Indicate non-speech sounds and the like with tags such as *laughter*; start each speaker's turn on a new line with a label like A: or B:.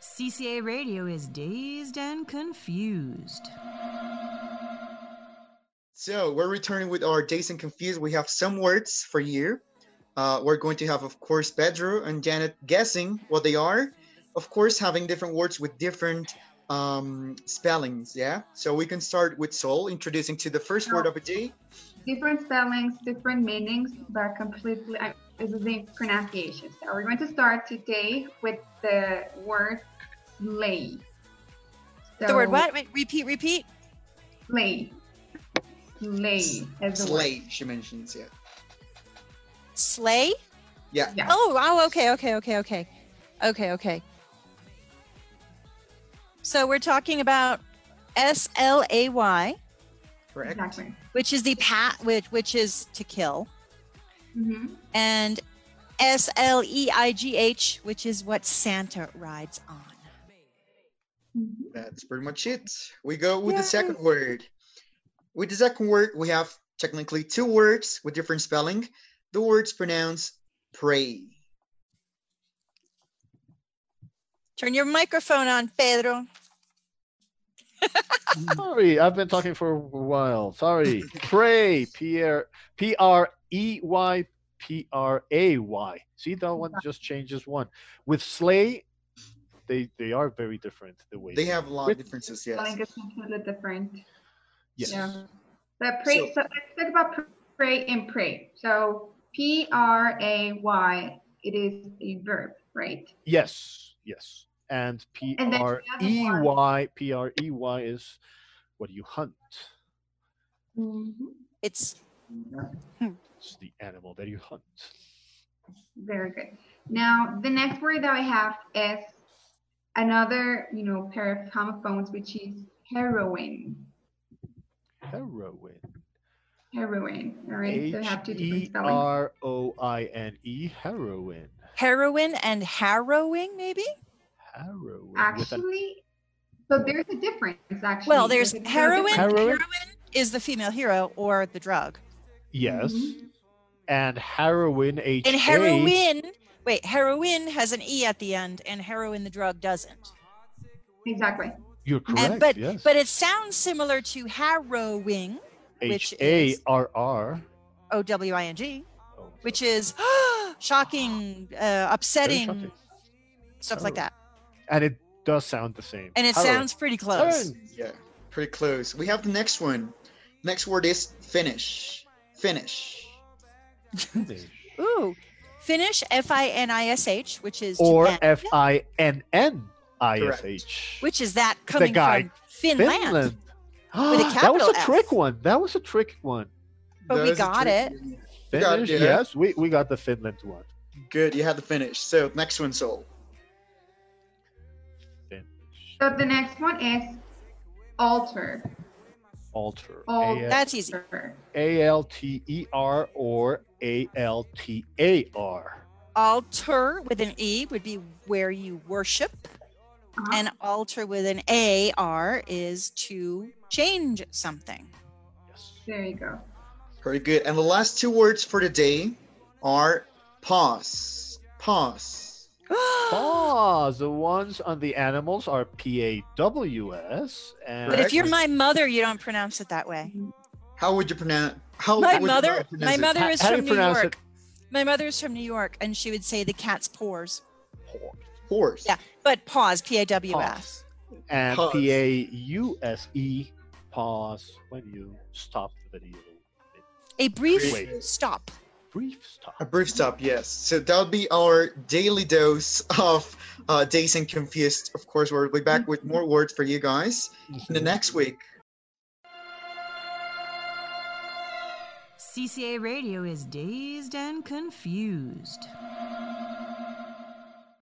A: CCA Radio is dazed and confused.
B: So we're returning with our Days and Confused. We have some words for you. Uh, we're going to have, of course, Pedro and Janet guessing what they are. Of course, having different words with different um, spellings. Yeah. So we can start with Sol introducing to the first word of the day.
C: Different spellings, different meanings, but completely I, this is the pronunciation. So we're going to start today with the word lay.
D: the word what? Wait, Repeat, repeat.
C: Slay. Slay. as the word.
B: Slay, she mentions. Yeah.
D: Slay.
B: Yeah.
C: Yeah.
D: Oh, oh, okay, okay, okay, okay, okay, okay. So we're talking about S L A Y,
B: Correct.
C: Exactly.
D: which is the pat, which which is to kill,
C: hmm
D: and S L E I G H, which is what Santa rides on.
B: That's pretty much it. We go with the
D: Yay.
B: second word. With the second word, we have technically two words with different spelling. The words pronounced pray.
D: Turn your microphone on, Pedro.
E: Sorry, I've been talking for a
B: *laughs*
E: while. Sorry. Pray, Pierre, P R E Y P R A Y. See that one just changes one. With Slay, they they are very different the way
B: They have a lot of
E: With-
B: differences,
C: Spelling
B: yes.
C: is completely different.
E: Yes.
C: Yeah. But pray. So, let's talk about pr- pray and pray. So P R A Y. It is a verb, right?
E: Yes, yes. And P
C: then the
E: R
C: other
E: E
C: one-
E: Y P R E Y is what you hunt.
D: Mm-hmm. It's
E: It's the animal that you hunt.
C: Very good. Now the next word that I have is another, you know, pair of homophones, which is heroin.
E: Heroin.
C: Heroin. All right. So I
E: H
C: have two different
E: E
C: spellings.
E: R O I N E. Heroin.
D: heroin and harrowing, maybe.
E: Heroin. with an
C: Actually, so there's a difference. Actually,
D: Well, there's
C: a
D: heroin.
C: difference.
E: Heroin?
D: Heroin is the female hero or the drug.
E: Yes.
C: Mhm.
E: And heroin H
D: Mm-hmm. And heroin, wait, heroin has an e at the end, and heroin the drug doesn't.
C: Exactly.
E: You're correct.
D: And, but
E: yes.
D: but it sounds similar to harrowing, which
E: H
D: is-
E: A R R.
D: O W I N G,
E: Oh,
D: which
E: sorry.
D: is *gasps* shocking, uh,
E: Very
D: upsetting,
E: shocking.
D: stuff like that.
E: And it does sound the same.
D: And it
E: Heroin.
D: sounds pretty close.
E: Heroin.
B: Yeah, pretty close. We have the next one. Next word is finish. Finish.
E: Finish.
D: Ooh, Finnish, F I N I S H, which is to
E: Or
D: end,
E: F I N N I S H.
D: which is that coming
E: guy.
D: from Finland.
E: *gasps*
D: a
E: that was
D: capital
E: a
D: F.
E: trick one. That was a trick one.
D: But we
B: Those are
D: got
B: tricky.
D: it.
B: We got it,
E: Finish,
B: yeah.
E: yes, we, we got the Finland one.
B: Good, you had the finish. So next one, Soul.
E: Finish.
C: So the next one is alter.
E: Alter.
C: Oh,
E: A-
D: That's easy.
E: A L T E R or A L T A R.
D: Altar with an E would be where you worship.
C: Uh-huh.
D: and alter with an A R is to change something.
E: Yes.
C: there you go.
B: Pretty good. And the last two words for the day are pause. Pause.
E: Paws. The ones on the animals are P A W S. And
D: but if you're my mother, you don't pronounce it that way.
B: How would you pronounce? How
D: My
B: would you
D: mother,
B: pronounce
D: my
B: it?
D: mother
E: How-
D: is
E: how do
D: from
E: you
D: New
E: pronounce
D: York.
E: it?
D: My mother is from New York, and she would say the cat's paws,
B: Horse.
D: Yeah. but paws, P A W S.
E: paws. And
B: Paws.
E: P A U S E. Pause when you stop the video.
D: A brief
E: Wait.
D: stop.
E: Brief stop.
B: A brief stop, yes. So that would be our daily dose of uh, Days and Confused. Of course, we'll be back with more words for you guys in the next week.
A: CCA Radio is dazed and confused.